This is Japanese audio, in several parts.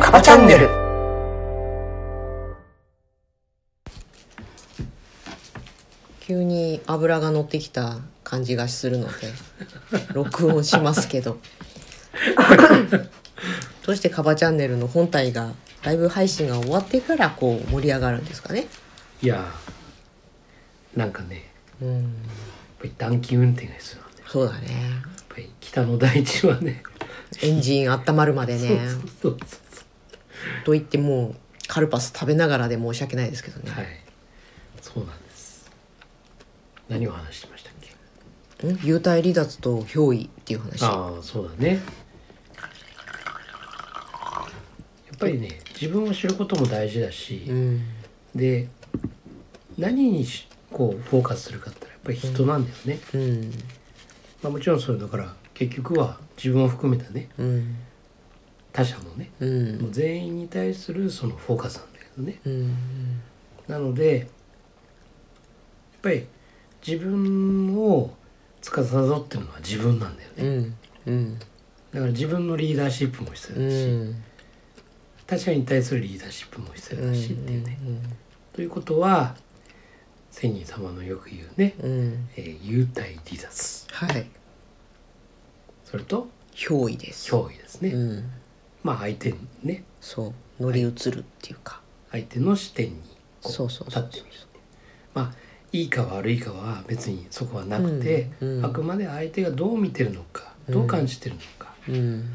カバチャンネル急に油が乗ってきた感じがするので録音しますけどどうしてカバチャンネルの本体がライブ配信が終わってからこう盛り上がるんですかねいやーなんかねやっうんぱり暖気運転が必要なんだよそうだねやっぱり北の大地はねエンジン温まるまでねそうそうそうそと言ってもうカルパス食べながらで申し訳ないですけどねう、はいそうなんです何を話してましたっけん幽体離脱と憑依っていう話ああそうだねやっぱりね自分を知ることも大事だし、うんで何にしこうフォーカスするかって言ったらやっぱり人なんだよね、うんまあ、もちろんそれだから結局は自分を含めたねうん他者のね、うんもう全員に対するそのフォーカスなんだけどねうんなのでやっぱり自分を司ってるのは自分なんだようねんうんだから自分のリーダーシップも必う要だし、ん他者に対するリーダーシップも必要だしっていうね、うんということは仙人様のよく言うね、うん、えー、幽体離脱はいそれと憑依です憑依ですね、うん、まあ相手にねそう乗り移るっていうか、相手の視点にこそうそう立そっうてみるまあいいか悪いかは別にそこはなくて、うんうんあくまで相手がどう見てるのかどう感じてるのか、うん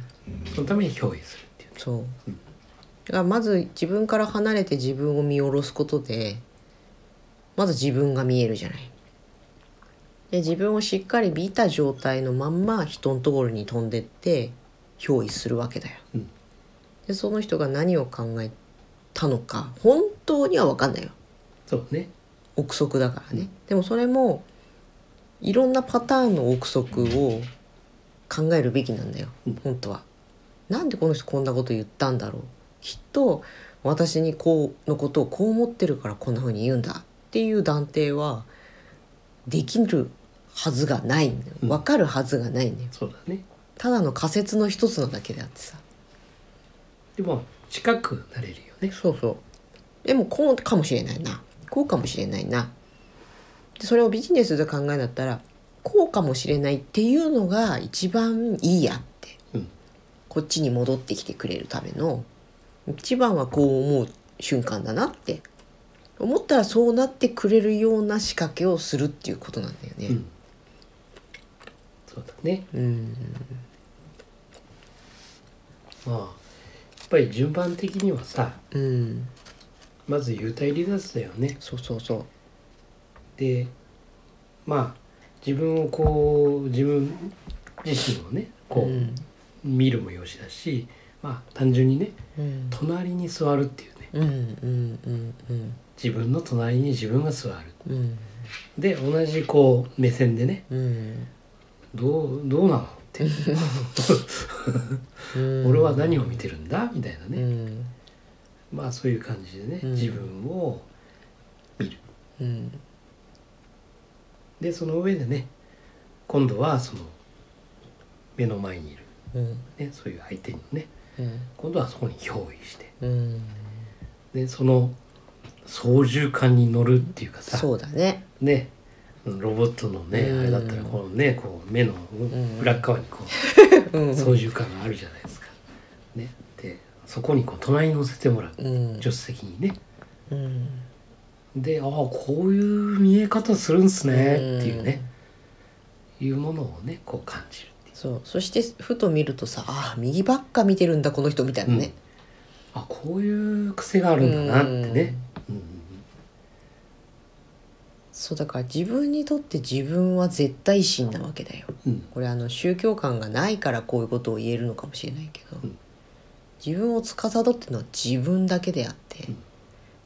そのために憑依するっていうねそうだからまず自分から離れて自分を見下ろすことでまず自分が見えるじゃないで自分をしっかり見た状態のまんま人のところに飛んでって憑依するわけだよ、うんでその人が何を考えたのか本当には分かんないよそうね憶測だからね、でもそれもいろんなパターンの憶測を考えるべきなんだよ、うん本当は。なんでこの人こんなこと言ったんだろうきっと私にこうのことをこう思ってるからこんな風に言うんだっていう断定はできるはずがないんだようん分かるはずがないんだよ、そうだねただの仮説の一つなだけであってさでも近くなれるよねそうそうでもこうかもしれないなこうかもしれないなでそれをビジネスで考えだったらこうかもしれないっていうのが一番いいやって、うんこっちに戻ってきてくれるための一番はこう思う瞬間だなって思ったらそうなってくれるような仕掛けをするっていうことなんだようね。んそうだねうん、まあやっぱり順番的にはさうん、まず幽体離脱だよねそうそうそう。でまあ自分をこう自分自身をねこう、うん見るもよしだしまあ単純にねうん隣に座るっていうねうんうんうんうん自分の隣に自分が座るうんで同じこう目線でねうんどうどうなのって うん俺は何を見てるんだみたいなうね、んまあそういう感じでね、うん自分を見るうんでその上でね今度はその目の前にいる、うんね、そういう相手にねうん今度はそこに憑依してうんでその操縦感に乗るっていうかさそうだねねロボットのね、うんあれだったらこのねこう目のん裏っ側にこううん操縦感があるじゃないですか。ね、でそこにこう隣に乗せてもらううん助手席にね。うんでああこういう見え方するんすねうんっていうね、いうものをねこう感じるっていうそうそしてふと見るとさあー右ばっか見てるんだこの人みたいなねあこういう癖があるんだなってね。うんうんそうだから自分にとって自分は絶対神なわけだようんこれあの宗教観がないからこういうことを言えるのかもしれないけどうん自分を司ってのは自分だけであってうん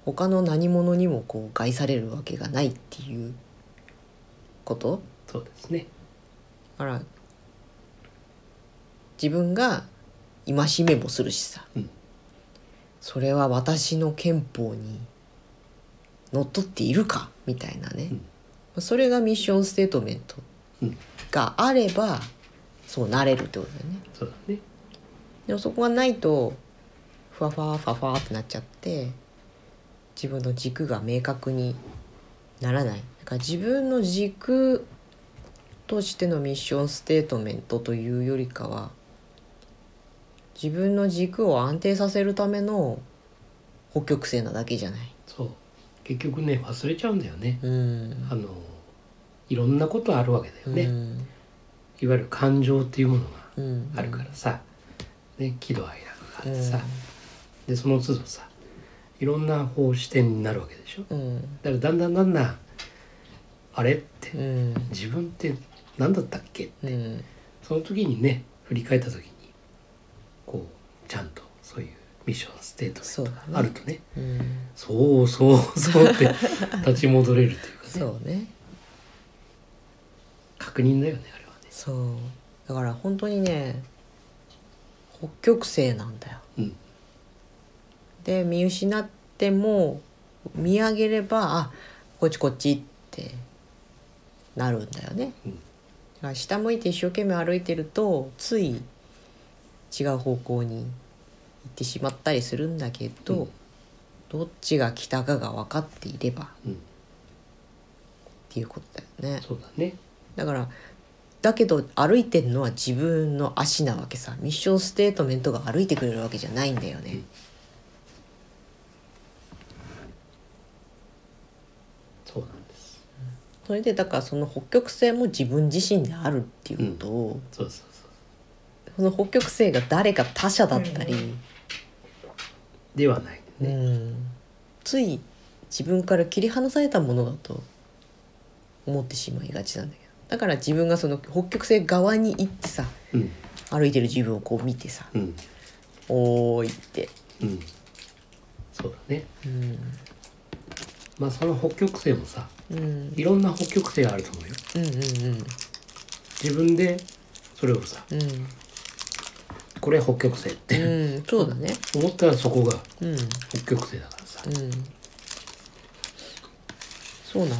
他の何者にもこう害されるわけがないっていうことそうですね。だから自分が戒めもするしさ、うんそれは私の憲法にのっとっているかみたいなね、それがミッションステートメントうんがあればそうなれるってことだよね。そうだねでもそこがないとふわふわふわふわってなっちゃって自分の軸が明確にならないだから自分の軸としてのミッションステートメントというよりかは自分の軸を安定させるための北極星なだけじゃない。そう結局ね忘れちゃうんだよね、うんあのいろんなことあるわけだよね、うんいわゆる感情っていうものうんがあるからさ、ね、喜怒哀楽があってうさん、でその都度さいろんな方視点になるわけでしょうんだからだんだんだんだんあれってうん自分って何だったっけうんその時にね振り返った時にこうちゃんとそういうミッションステートそうだねがあるとねうんそうそうそう って立ち戻れるというかねそうね確認だよねあれはねそうだから本当にね北極星なんだようんで見失っても見上げればあこっちこっちってなるんだよね、うんだから下向いて一生懸命歩いてるとつい違う方向に行ってしまったりするんだけど、うんどっちが北かが分かっていればっうんていうことだよねそうだねだからだけど歩いてるのは自分の足なわけさミッションステートメントが歩いてくれるわけじゃないんだよね、そうなんですそれでだからその北極星も自分自身であるっていうことを、そうそうそうその北極星が誰か他者だったり、ではないね、うんつい自分から切り離されたものだと思ってしまいがちなんだけどだから自分がその北極星側に行ってさうん歩いてる自分をこう見てさうん「おーい」って、うんそうだねうんまあその北極星もさうん、うんいろんな北極星があると思うようんうん自分でそれをさうんこれ北極星ってうんそうだね思ったらそこがうん北極星だからさうんそうなんだよ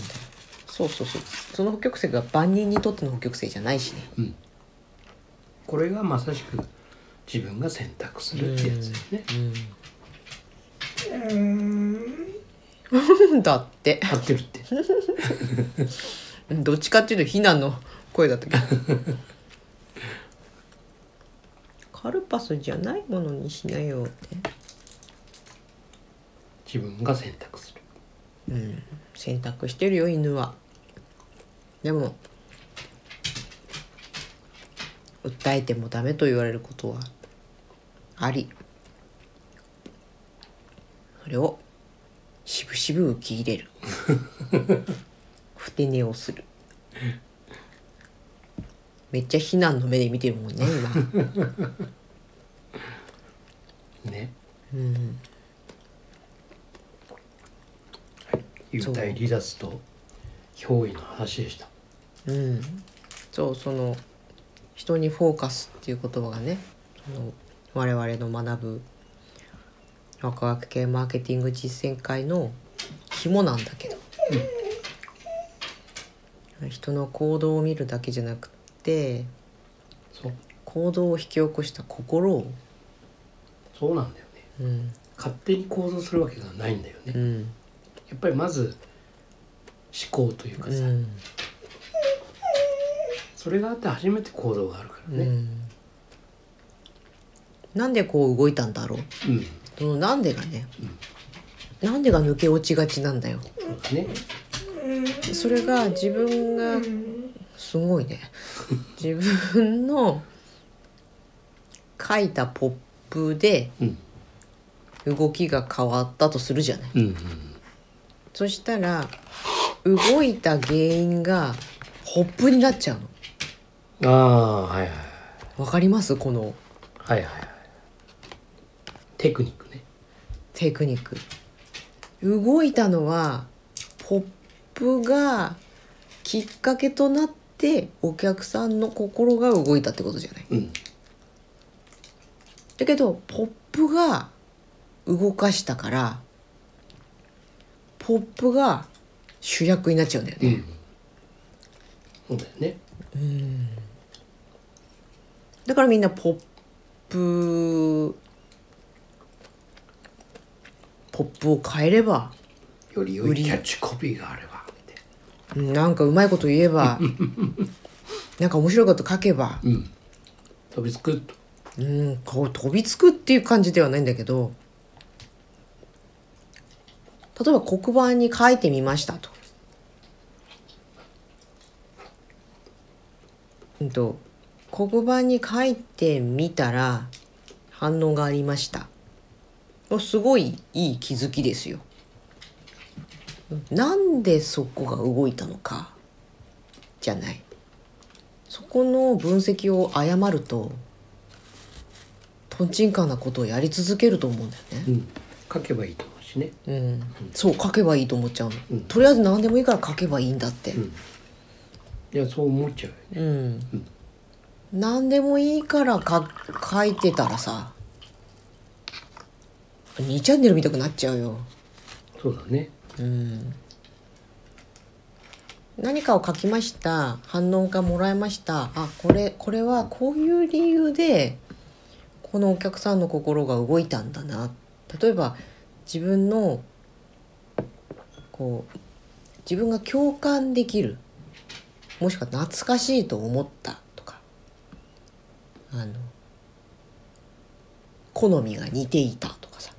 そうそうそうその北極星が万人にとっての北極星じゃないしねうんこれがまさしく自分が選択するってやつだよねうんだって合ってるってどっちかっていうと非難の声だったけど カルパスじゃないものにしなよって自分が選択するうん選択してるよ犬はでも訴えてもダメと言われることはありそれをしぶしぶ受け入れるふて寝をするめっちゃ非難の目で見てるもんね今ねうん幽体離脱と憑依の話でしたうん、そうその人にフォーカスっていう言葉がねその我々の学ぶワクワク系マーケティング実践会の肝なんだけど、人の行動を見るだけじゃなくってそう行動を引き起こした心を、そうなんだよねうん勝手に行動するわけがないんだよね、うやんっぱりまず思考というかうさ、んそれがあって初めて行動があるからうねん、なんでこう動いたんだろううん、そのなんでがね、なんでが抜け落ちがちなんだよ。そうだねそれが自分がすごいね自分の書いたポップでうん動きが変わったとするじゃないうんうんそしたら動いた原因がポップになっちゃうのああはいはいわかりますこのはいはいはいテクニックねテクニック動いたのはポップがきっかけとなってお客さんの心が動いたってことじゃないうんだけどポップが動かしたからポップが主役になっちゃうんだよね、うんそうだよねだからみんなポップポップを変えればより良いキャッチコピーがあればみたいうんなんかうまいこと言えばなんか面白いこと書けば、なうん飛びつくとうん、こう飛びつくっていう感じではないんだけど例えば黒板に書いてみましたと。うんと黒板に書いてみたら反応がありました。おすごいいい気づきですよ。なんでそこが動いたのかじゃない。そこの分析を誤るととんちんかんなことをやり続けると思うんだよね。うん書けばいいと思うしねうん、そう書けばいいと思っちゃうの、うんとりあえず何でもいいから書けばいいんだって、んいやそう思っちゃうよねうん何でもいいからか書いてたらさ2チャンネル見たくなっちゃうよ、そうだねうん、何かを書きました反応がもらえましたあこれこれはこういう理由でこのお客さんの心が動いたんだな例えば自分のこう自分が共感できるもしくは懐かしいと思ったとかあの好みが似ていたとかさ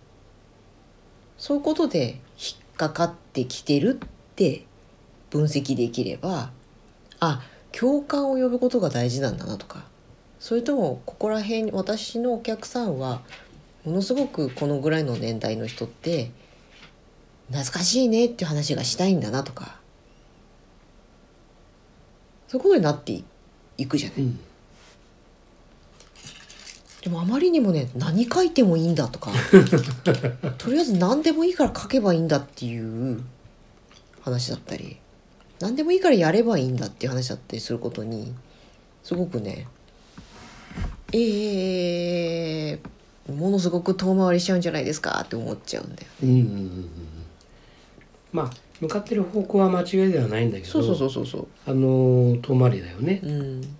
そういうことで引っかかってきてるって分析できればあ共感を呼ぶことが大事なんだなとかそれともここら辺に私のお客さんはものすごくこのぐらいの年代の人って懐かしいねっていう話がしたいんだなとかそういうことになっていいくじゃない。うんでもあまりにもね何書いてもいいんだとかとりあえず何でもいいから書けばいいんだっていう話だったり何でもいいからやればいいんだっていう話だったりすることにすごくねえー、ものすごく遠回りしちゃうんじゃないですかって思っちゃうんだよ。うんうんうんうんまあ向かってる方向は間違いではないんだけどそうそうそうそうそう。あのー遠回りだよねうん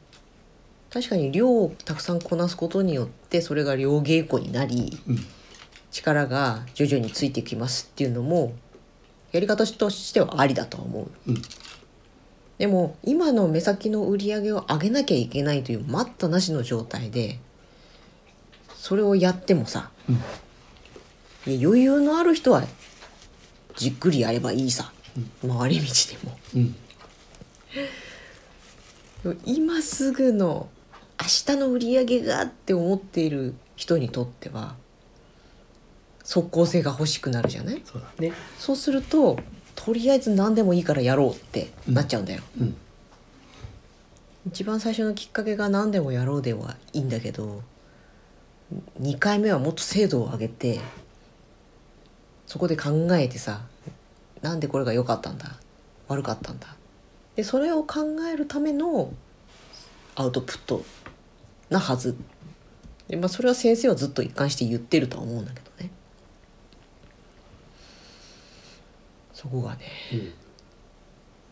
確かに量をたくさんこなすことによってそれが量稽古になり、うん力が徐々についてきますっていうのもやり方としてはありだとは思う、うんでも今の目先の売り上げを上げなきゃいけないという待ったなしの状態でそれをやってもさ、いや余裕のある人はじっくりやればいいさ、回り道でも。うん今すぐの明日の売り上げがって思っている人にとっては即効性が欲しくなるじゃないそうだねそうするととりあえず何でもいいからやろうってなっちゃうんだよ、うん一番最初のきっかけが何でもやろうではいいんだけど2回目はもっと精度を上げてそこで考えてさなんでこれが良かったんだ悪かったんだでそれを考えるためのアウトプットなはずで、まあ、それは先生はずっと一貫して言ってるとは思うんだけどねそこがね、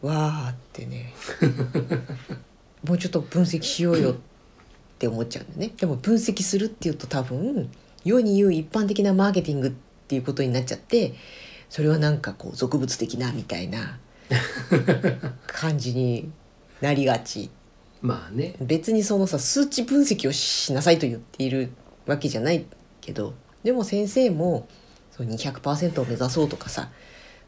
わーってねもうちょっと分析しようよって思っちゃうんだよねでも分析するっていうと多分世に言う一般的なマーケティングっていうことになっちゃってそれはなんかこう俗物的なみたいな感じになりがちまあね別にそのさ数値分析をしなさいと言っているわけじゃないけどでも先生もその200%を目指そうとかさ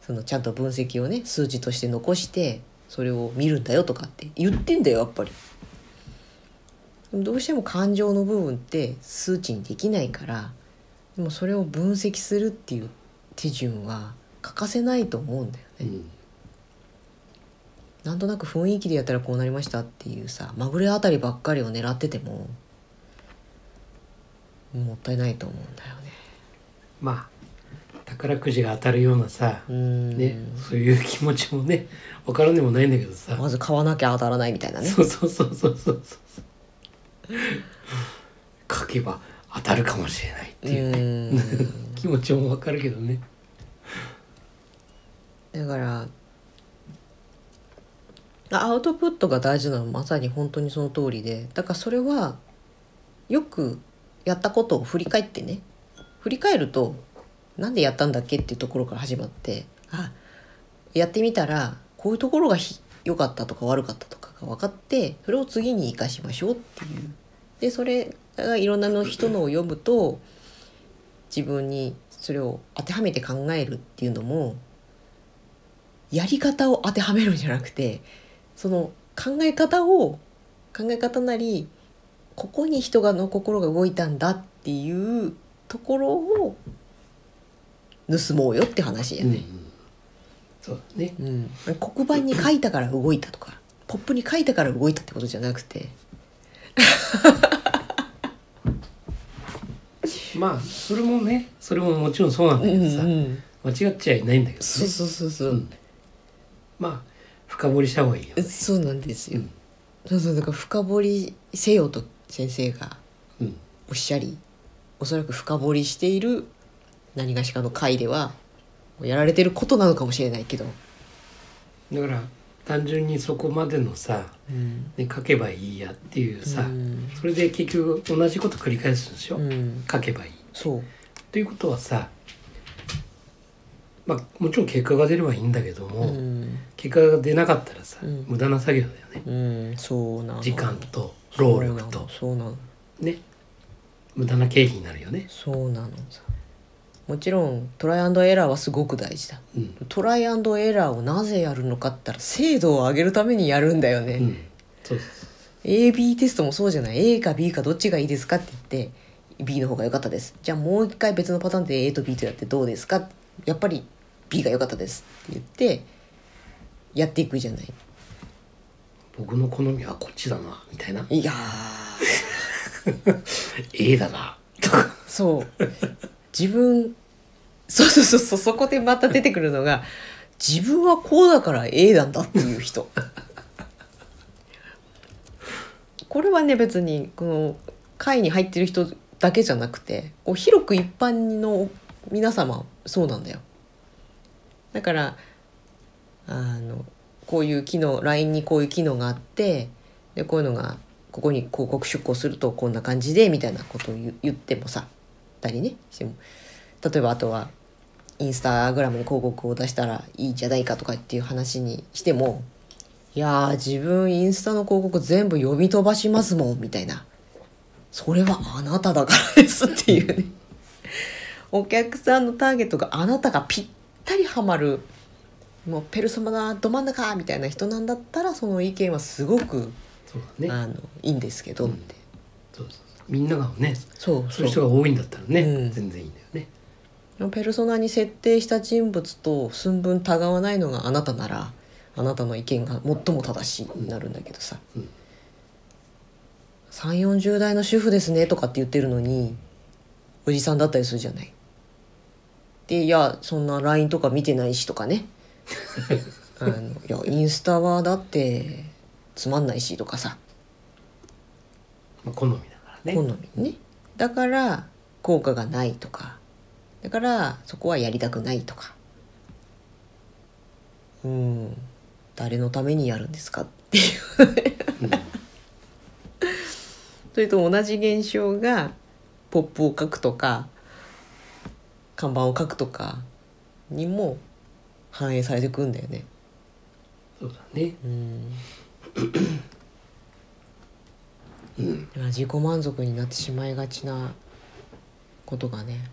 そのちゃんと分析をね数字として残してそれを見るんだよとかって言ってんだよやっぱり。どうしても感情の部分って数値にできないからでもそれを分析するっていう手順は欠かせないと思うんだよね。うんなんとなく雰囲気でやったらこうなりましたっていうさまぐれあたりばっかりを狙っててももったいないと思うんだよね。まあ宝くじが当たるようなさうーんねそういう気持ちもね分からんでもないんだけどさまず買わなきゃ当たらないみたいなね。そうそうそうそうそうそう書けば当たるかもしれないってういう、ーん気持ちもわかるけどねだからあアウトプットが大事なのはまさに本当にその通りでだからそれはよくやったことを振り返ってね振り返るとなんでやったんだっけっていうところから始まってあやってみたらこういうところがひ良かったとか悪かったとかが分かってそれを次に生かしましょうっていう。でそれがいろんなの人のを読むと自分にそれを当てはめて考えるっていうのもやり方を当てはめるんじゃなくてその考え方を考え方なりここに人がの心が動いたんだっていうところを盗もうよって話やうんうね、んそうだねうん、黒板に書いたから動いたとかポップに書いたから動いたってことじゃなくてまあそれもねそれももちろんそうなんだうけんうどさ、ん間違っちゃいないんだけどねそうそうそうそう、うんまあ深掘りした方がいいよ、そうなんですよ、うんそうそうだから深掘りせよと先生がうん、おっしゃりおそらく深掘りしている何がしかの回ではやられてることなのかもしれないけど、だから単純にそこまでのさ、うんね、書けばいいやっていうさ、うんそれで結局同じこと繰り返すんでしょ、うん、書けばいいそうということはさまあもちろん結果が出ればいいんだけども、うん、結果が出なかったらさ、うん無駄な作業だよねうん、そうなの時間と労力とそうなのね無駄な経費になるよね、そうなのそうなのさもちろんトライアンドエラーはすごく大事だうんトライアンドエラーをなぜやるのかって言ったら精度を上げるためにやるんだよね、うん、そうそうそう AB テストもそうじゃない A か B かどっちがいいですかって言って B の方が良かったですじゃあもう一回別のパターンで A と B とやってどうですかやっぱり B が良かったですって言ってやっていくじゃない僕の好みはこっちだなみたいないやー A だなとかそう自分そうそうそうそうそこでまた出てくるのが自分はこうだから A なんだっていう人これはね別にこの会に入ってる人だけじゃなくてこう広く一般の皆様そうなんだよだからあのこういう機能 LINE にこういう機能があってでこういうのがここに広告出稿するとこんな感じでみたいなことを言言ってもさたりねしても例えばあとはインスタグラムに広告を出したらいいんじゃないかとかっていう話にしてもいやー自分インスタの広告全部読み飛ばしますもんみたいなそれはあなただからですっていうねお客さんのターゲットがあなたがぴったりはまるもうペルソナど真ん中みたいな人なんだったらその意見はすごくそうだね、あのいいんですけど、うんってそうそうそうみんながねそうそういそうう人が多いんだったらね、うん全然いいんだよねペルソナに設定した人物と寸分たがわないのがあなたならあなたの意見が最も正しいになるんだけどさ、うん3 4 0代の主婦ですねとかって言ってるのにおじさんだったりするじゃない。でいやそんな LINE とか見てないしと かねあのいやインスタはだってつまんないしとかさまあ、好みだから好ねみねだから効果がないとかだからそこはやりたくないとかうん誰のためにやるんですか っていうそれと同じ現象がポップを書くとか看板を書くとかにも反映されてくんだよね。そうだね うんいや自己満足になってしまいがちなことがね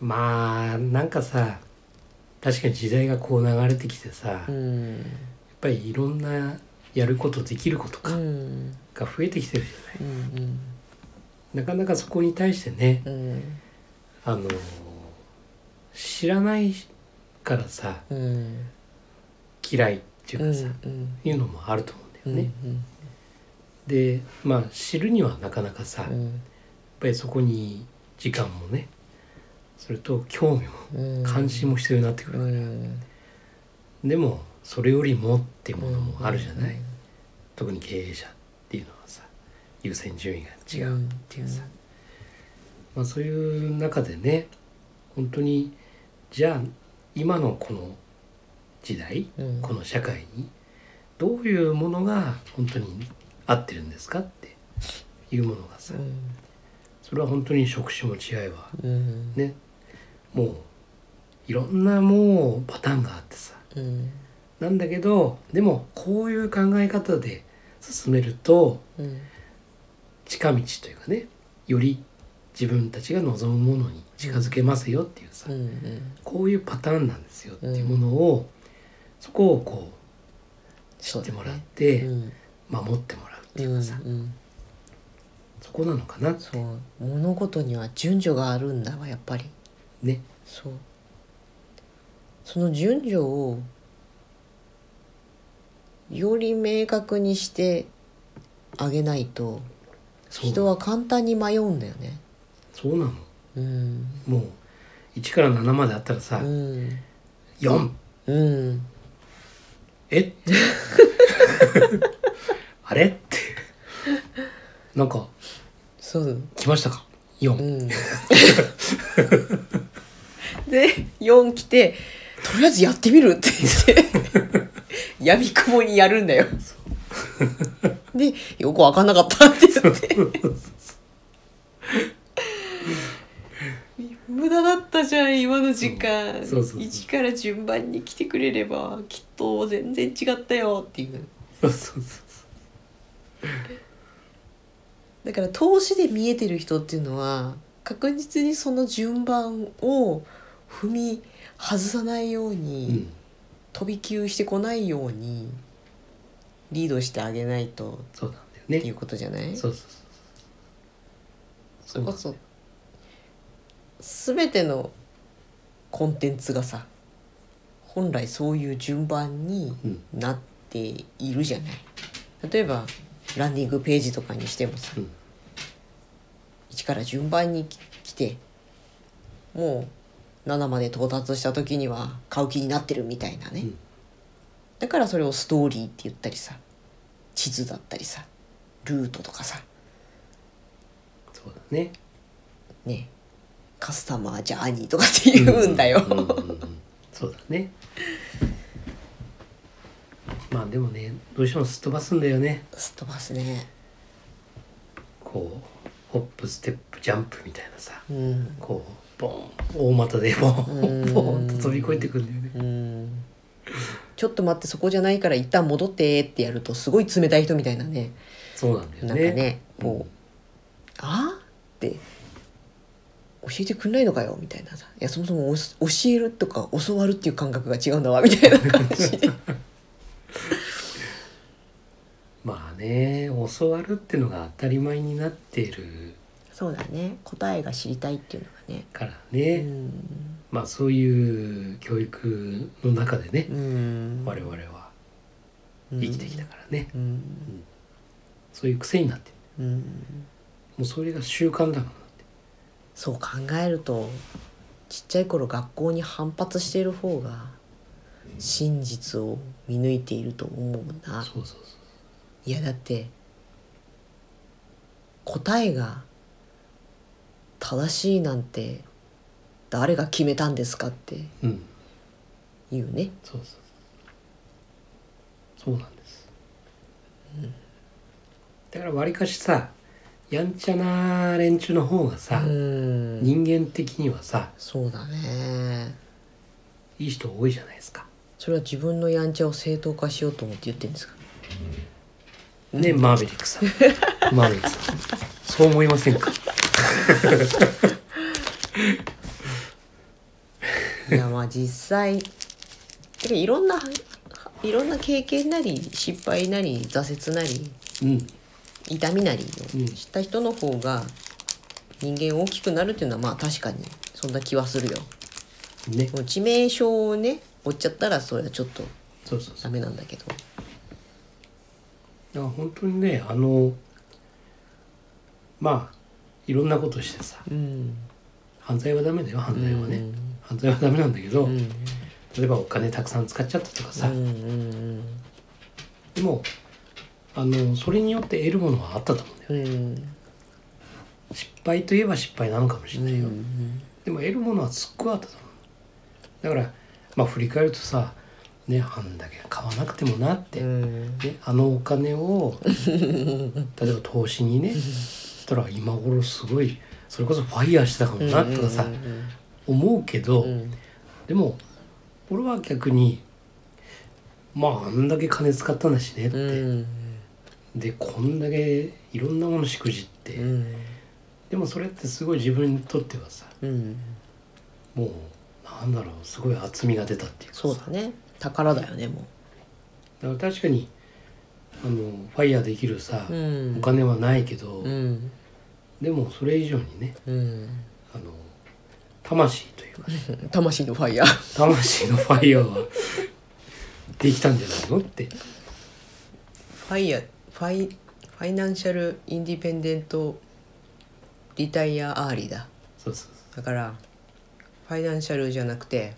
まあなんかさ確かに時代がこう流れてきてさ、うやっんぱりいろんなやることできることうかんが増えてきてるじゃない、うんなかなかそこに対してねうんうんあの知らないからさうん嫌いっていうかさ、うんいうのもあると思ううんんだよね、でまあ知るにはなかなかさ、うやっんぱりそこに時間もねそれと興味もうん関心も必要になってくる、うんでもそれよりもっていうものもあるじゃない、特に経営者っていうのはさ優先順位が違うっていうさ、んまあ、そういう中でね本当にじゃあ今のこの時代、うんこの社会にどういうものが本当に合ってるんですかっていうものがさうんそれは本当に職種も違いはうんねもういろんなもうパターンがあってさうんなんだけどでもこういう考え方で進めるとうん近道というかねより自分たちが望むものに近づけますよっていうさ、うんこういうパターンなんですよっていうものを、そこをこう知ってもらって、うん守ってもらうってういんううかさ、んそこなのかなそう物事には順序があるんだわやっぱりねそうその順序をより明確にしてあげないとそう人は簡単に迷うんだよねそうなのうんもう1から7まであったらさ、うん4うんえって あれってなんかそう来ましたかう4んで4来てとりあえずやってみるって言ってやみくもにやるんだよでよく分かんなかったって言って無駄だったじゃん今の時間そうそうそうそう一から順番に来てくれればきっと全然違ったよっていう そうそうそうだから投資で見えてる人っていうのは確実にその順番を踏み外さないように、うん飛び級してこないようにリードしてあげないとそうなんだよっていねうことじゃないそうそうそそうれこそ全てのコンテンツがさ本来そういう順番にうんなっているじゃない例えばランディングページとかにしてもさ、うん一から順番にき来てもう7まで到達した時には買う気になってるみたいなね、うんだからそれをストーリーって言ったりさ地図だったりさルートとかさそうだねねカスタマージャーニーとかって言うんだよ、ううんうんうんそうだねまあでもねどうしてもすっ飛ばすんだよねすっ飛ばすねこうホップステップジャンプみたいなさうんこうボーン大股でボーうンんボーンと飛び越えてくんだよねうんちょっと待ってそこじゃないから一旦戻ってってやるとすごい冷たい人みたいなねそうなんだよなんかねねこう「ああ?」って教えてくんないのかよみたいなさいやそもそもおす教えるとか教わるっていう感覚が違うんだわ みたいな感じでまあね教わるってのが当たり前になっているそうだね答えが知りたいっていうのがねからね、うんまあそういう教育の中でね、うん我々は生きてきたからね、うんそういう癖になってるうんもうそれが習慣だもんだってそう考えるとちっちゃい頃学校に反発している方が真実を見抜いていると思うなそうそうそういやだって答えが正しいなんて誰が決めたんですかってうん、いうねそうそうそうそうなんです、だからわりかしさやんちゃな連中の方がうさ、ん人間的にはさそうだねいい人多いじゃないですかそれは自分のやんちゃを正当化しようと思って言ってるんですかね、マーベリックさんマーベリックさんそう思いませんかいやまあ実際てかいろんないろんな経験なり失敗なり挫折なりうん痛みなりうんを知った人の方が人間大きくなるっていうのはまあ確かにそんな気はするよ。ねもう致命傷をね負っちゃったらそれはちょっとそうそうそダうメなんだけど。だから本当にねあのまあいろんなことしてさうん。犯罪はダメだよ犯罪はね、うん犯罪はダメなんだけど、うん。例えばお金たくさん使っちゃったとかうさ、んうんでもあのそれによって得るものはあったと思うんだようん失敗といえば失敗なのかもしれうないよ、んでも得るものはすっごいあったと思うだからまあ振り返るとさねあんだけ買わなくてもなって、うんね、あのお金 を例えば投資にねしたら今頃すごいそれこそファイヤーしたかもなとかさ、うん思うけど、うんでも俺は逆にまああんだけ金使ったんだしねって、うんでこんだけいろんなものしくじって、うんでもそれってすごい自分にとってはさうんもうなんだろうすごい厚みが出たっていうかさそうだね宝だよねもだから確かにあのファイヤーできるさ、ううんお金はないけど、うんでもそれ以上にねうんあの魂というかね魂のファイヤー魂のファイヤーはできたんじゃないのってファイヤーファイファイナンシャルインディペンデントリタイアアーリーだそうそうだからファイナンシャルじゃなくて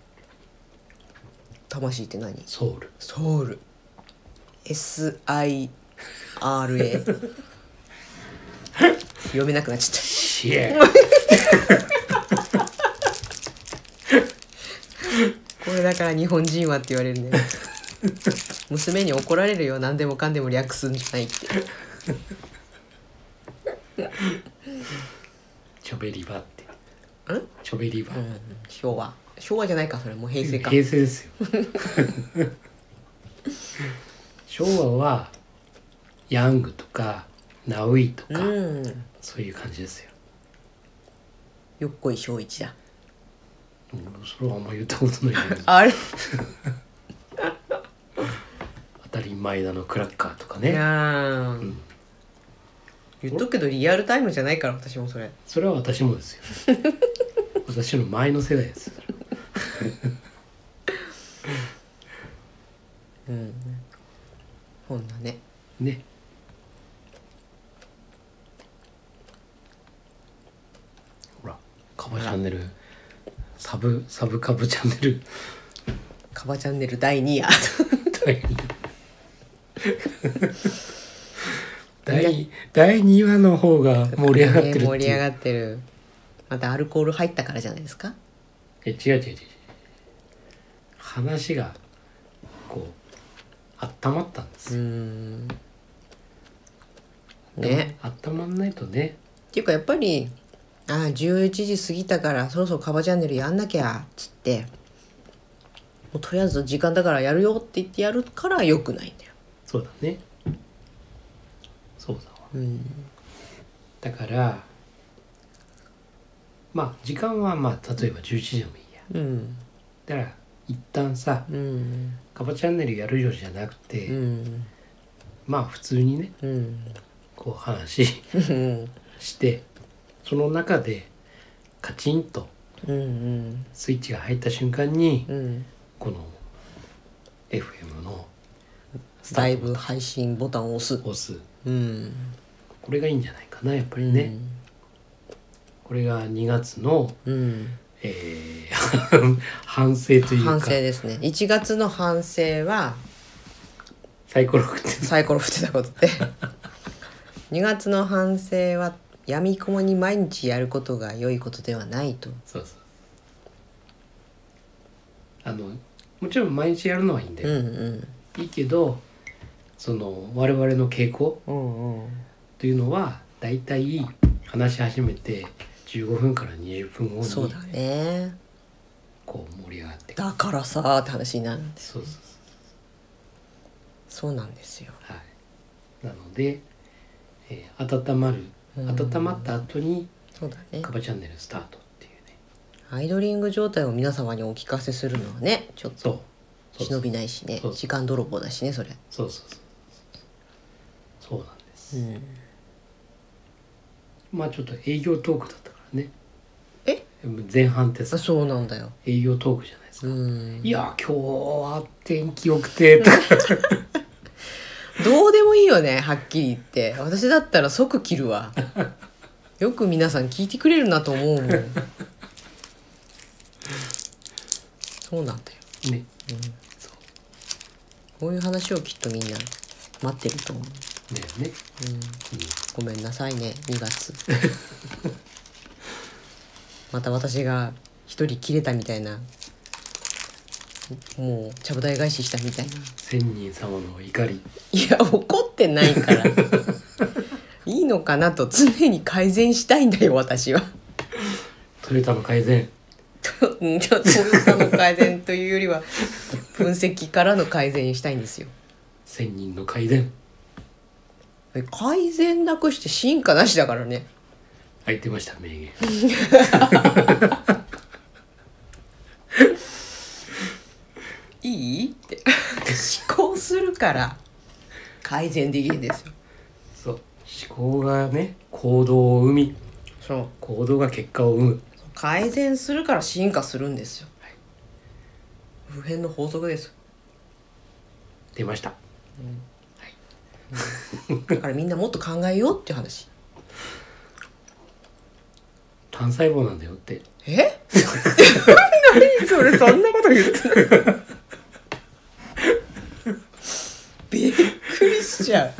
魂って何そうソウルソウル SIRA 読めなくなっちゃっシエたこれだから日本人はって言われるね娘に怒られるよ何でもかんでも略すんじゃないってチョベリバってんチョベリバ、うん昭和昭和じゃないかそれもう平成か平成ですよ 昭和はヤングとかナウイとうか、んそういう感じですよよっこい小一だ俺それはあんま言ったことないけ どあれ当たり前だのクラッカーとかいねやー言っとくけどリアルタイムじゃないから私もそれそれは私もですよ 私の前の世代ですそれうんそんなねねほらカバチャンネルサブサブカブチャンネルカバチャンネル第2夜 第第2話の方が盛り上がってるっていねう盛り上がってるまたアルコール入ったからじゃないですか え違う違う違う違う話がこう温まったんですうーよ、んね温まんないとねっていうかやっぱりあー11時過ぎたからそろそろカバチャンネルやんなきゃっつってもうとりあえず時間だからやるよって言ってやるからよくないんだよそうだねそうだわうんだからまあ時間はまあ例えば11時でもいいやうんだから一旦さうんカバチャンネルやるよじゃなくて、うんまあ普通にねうんこう話 しうんしてその中でカチンとうんスイッチが入った瞬間にうんこの FM のライブ配信ボタンを押す押すうんこれがいいんじゃないかなやっぱりね、これが2月の、うんえー 反省というか反省ですね1月の反省はサイコロ振ってサイコロ振って たことで2月の反省はやみくもに毎日やることが良いことではないとそうそうあのもちろん毎日やるのはいいんだうよ、んいいけどその我々の傾向うんうんうんというのはだいたい話し始めて15分から20分後にそうだねこう盛り上がってくるだからさーって話になるんですそうそうそそうなんですようはいなので、えー温まるうん温まった後にそうだねカバチャンネルスタートっていうねアイドリング状態を皆様にお聞かせするのはねちょっそとうそうそ忍うびないしねそう時間泥棒だしねそれそうそうそうそうなんです、うんまあちょっと営業トークだったからねえ前半ってさあそうなんだよ営業トークじゃないですうか、んいや今日は天気良くてとかどうでもいいよねはっきり言って私だったら即切るわよく皆さん聞いてくれるなと思うもんそうなんだよねこういう話をきっとみんな待ってると思うだよねごめんなさいね2月また私が一人切れたみたいなもうちゃぶ台返ししたみたいな仙人様の怒りいや怒ってないからいいのかなと常に改善したいんだよ私はトヨタの改善とうんちょっとそういったの改善というよりは分析からの改善にしたいんですよ仙人の改善改善なくして進化なしだからね入ってました名言いいって思考するから改善できるんですよそう思考がね行動を生みそう行動が結果を生む改善するから進化するんですよ、普遍の法則ですよ出ましただからみんなもっと考えようっていう話単細胞なんだよってえ 何それそんなこと言ってないびっくりしちゃう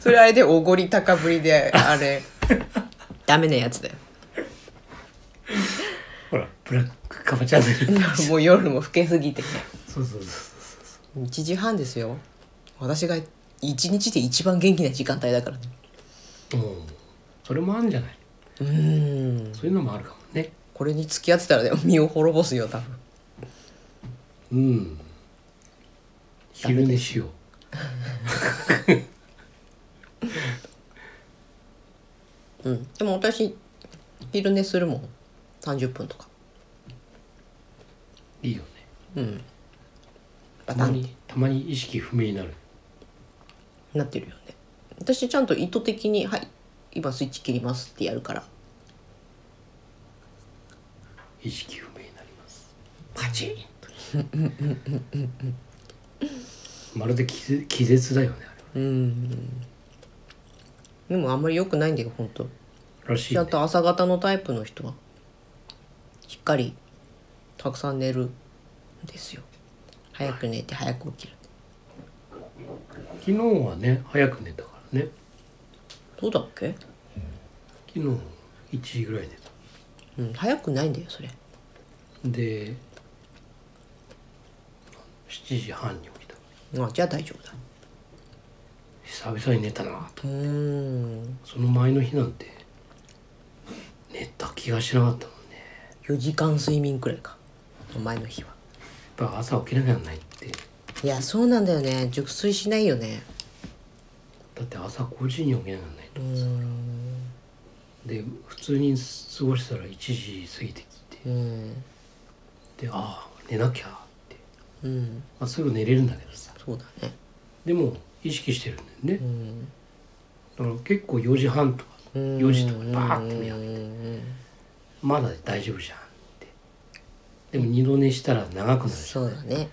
それあれでおごり高ぶりであれダメなやつだよほらブラックカバチャンネル もう夜も更けすぎて そうそうそうそうそ1時半ですよ私が一日で一番元気な時間帯だからねううんそれもあるんじゃないうーんそういうのもあるかもねこれに付き合ってたらね身を滅ぼすよ多分うん昼寝しよううんでも私昼寝するもん30分とかいいよねうんたバまタンにたまに意識不明になるなってるよね私ちゃんと意図的に「はい今スイッチ切ります」ってやるから意識不明になりますパチンとまるで気絶気絶だよねあれうんでもあんまり良くないんだよ本当らしい、ちゃねん、と朝方のタイプの人はしっかりたくさん寝るんですよ早く寝て早く起きる昨日はね早く寝たからねどうだっけ昨日1時ぐらい寝たうん早くないんだよそれで7時半に起きたあじゃあ大丈夫だ久々に寝たなとうーんその前の日なんて寝た気がしなかったもんね4時間睡眠くらいか前の日はやっぱ朝起きなきゃなんないっていやそうなんだよね熟睡しないよねだって朝5時に起きなきゃなんないうとーんで普通に過ごしてたら1時過ぎてきうてんでああ寝なきゃって、うんまあ、すぐ寝れるんだけどさそうだねでも意識してるんだようねんだから結構4時半とかうん4時とかにバーって目開けてうんまだ大丈夫じゃんってでも二度寝したら長くなるじゃんそうだね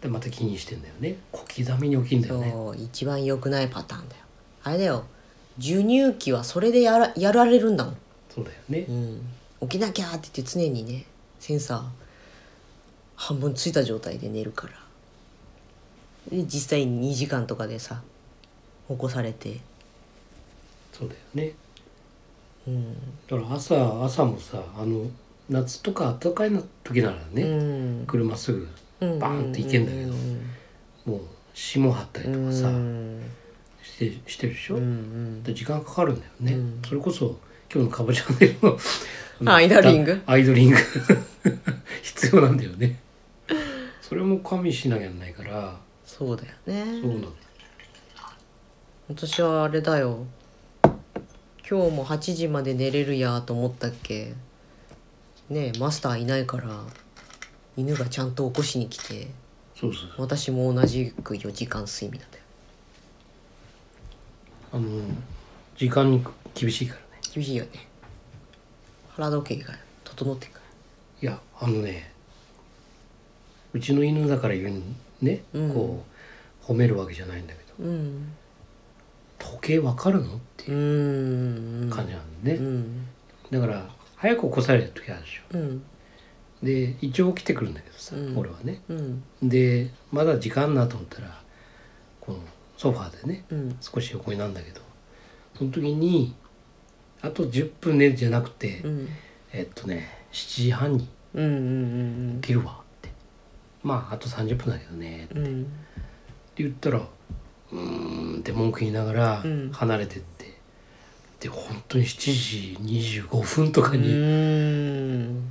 でまた気にしてんだよね小刻みに起きんだよねそう一番良くないパターンだよあれだよ授乳期はそれでやらやられるんだもん、そうだよねうん、起きなきゃって言って常にねセンサー半分ついた状態で寝るからで実際に2時間とかでさ起こされてそうだよねうん、だから朝朝もさあの夏とか暖かいな時ならうね、ん、車すぐバーンって行けんだけど、もう霜張ったりとうんかさ、うんしてしてるでしょ、うんで時間かかるんだよね、うんそれこそ今日のかぼちゃの色のあ のアイドリングだアイドリング 必要なんだよねそれも加味しなきゃいけないからそうだよそうなねの私はあれだよ今日も8時まで寝れるやと思ったっけねえマスターいないから犬がちゃんと起こしに来てそうそうそう私も同じく4時間睡眠なんだよあの時間に厳しいからね厳しいよね腹時計が整ってくかいやあのねうちの犬だから言うね、うんこう褒めるわけじゃないんだけどらうん時計わかるのっていうーん感じなんでうね、んだから早く起こされる時あるでしょうんで一応起きてくるんだけどさ、うん俺はねうんでまだ時間あんなと思ったらこのソファーでねうん少し横になるんだけどその時にあと10分寝るじゃなくて、うんえっとね7時半にうんうん起きるわってまああと30分だけどねってうんうん言ったらうーんって文句言いながらうん離れてって、で本当に7時25分とかうんうにん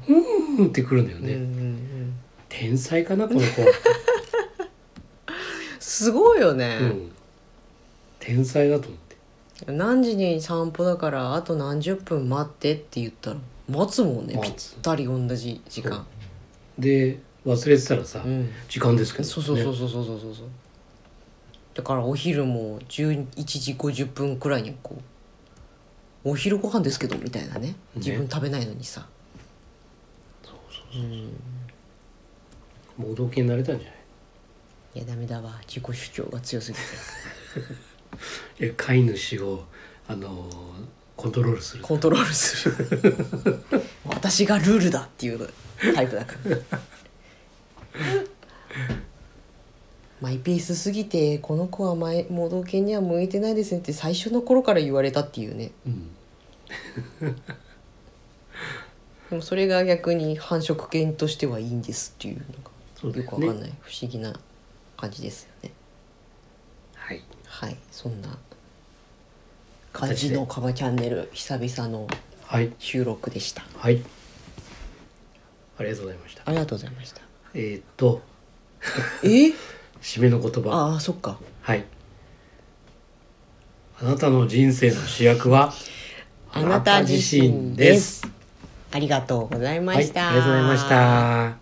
うんってくるんだようんうね、ん天才かなこの 子、すごいようね、ん、天才だと思って何時に散歩だからあと何十分待ってって言ったら待つもんねぴ待っつたり同じ時間で忘れてたらさ、うん時間ですけど、ね、そうそうそうそうそうそうそうそうだからお昼も11時50分くらいにこうお昼ご飯ですけどみたいなね自分食べないのにさ、もう同期になれたんじゃないいやダメだわ自己主張が強すぎていや飼い主をあのーコントロールするコントロールする私がルールだっていうタイプだからマイペースすぎてこの子は前盲導犬には向いてないですねって最初の頃から言われたっていうねうんでもそれが逆に繁殖犬としてはいいんですっていうのそうがだよよくわねかんない、不思議な感じですよねはいはいそんな感じの「カバチャンネル」久々のはい収録でしたはいありがとうございましたありがとうございましたえーっとえ締めの言葉 ああそっかはいあなたの人生の主役はあなた自身ですありがとうございまはいありした、がとうございました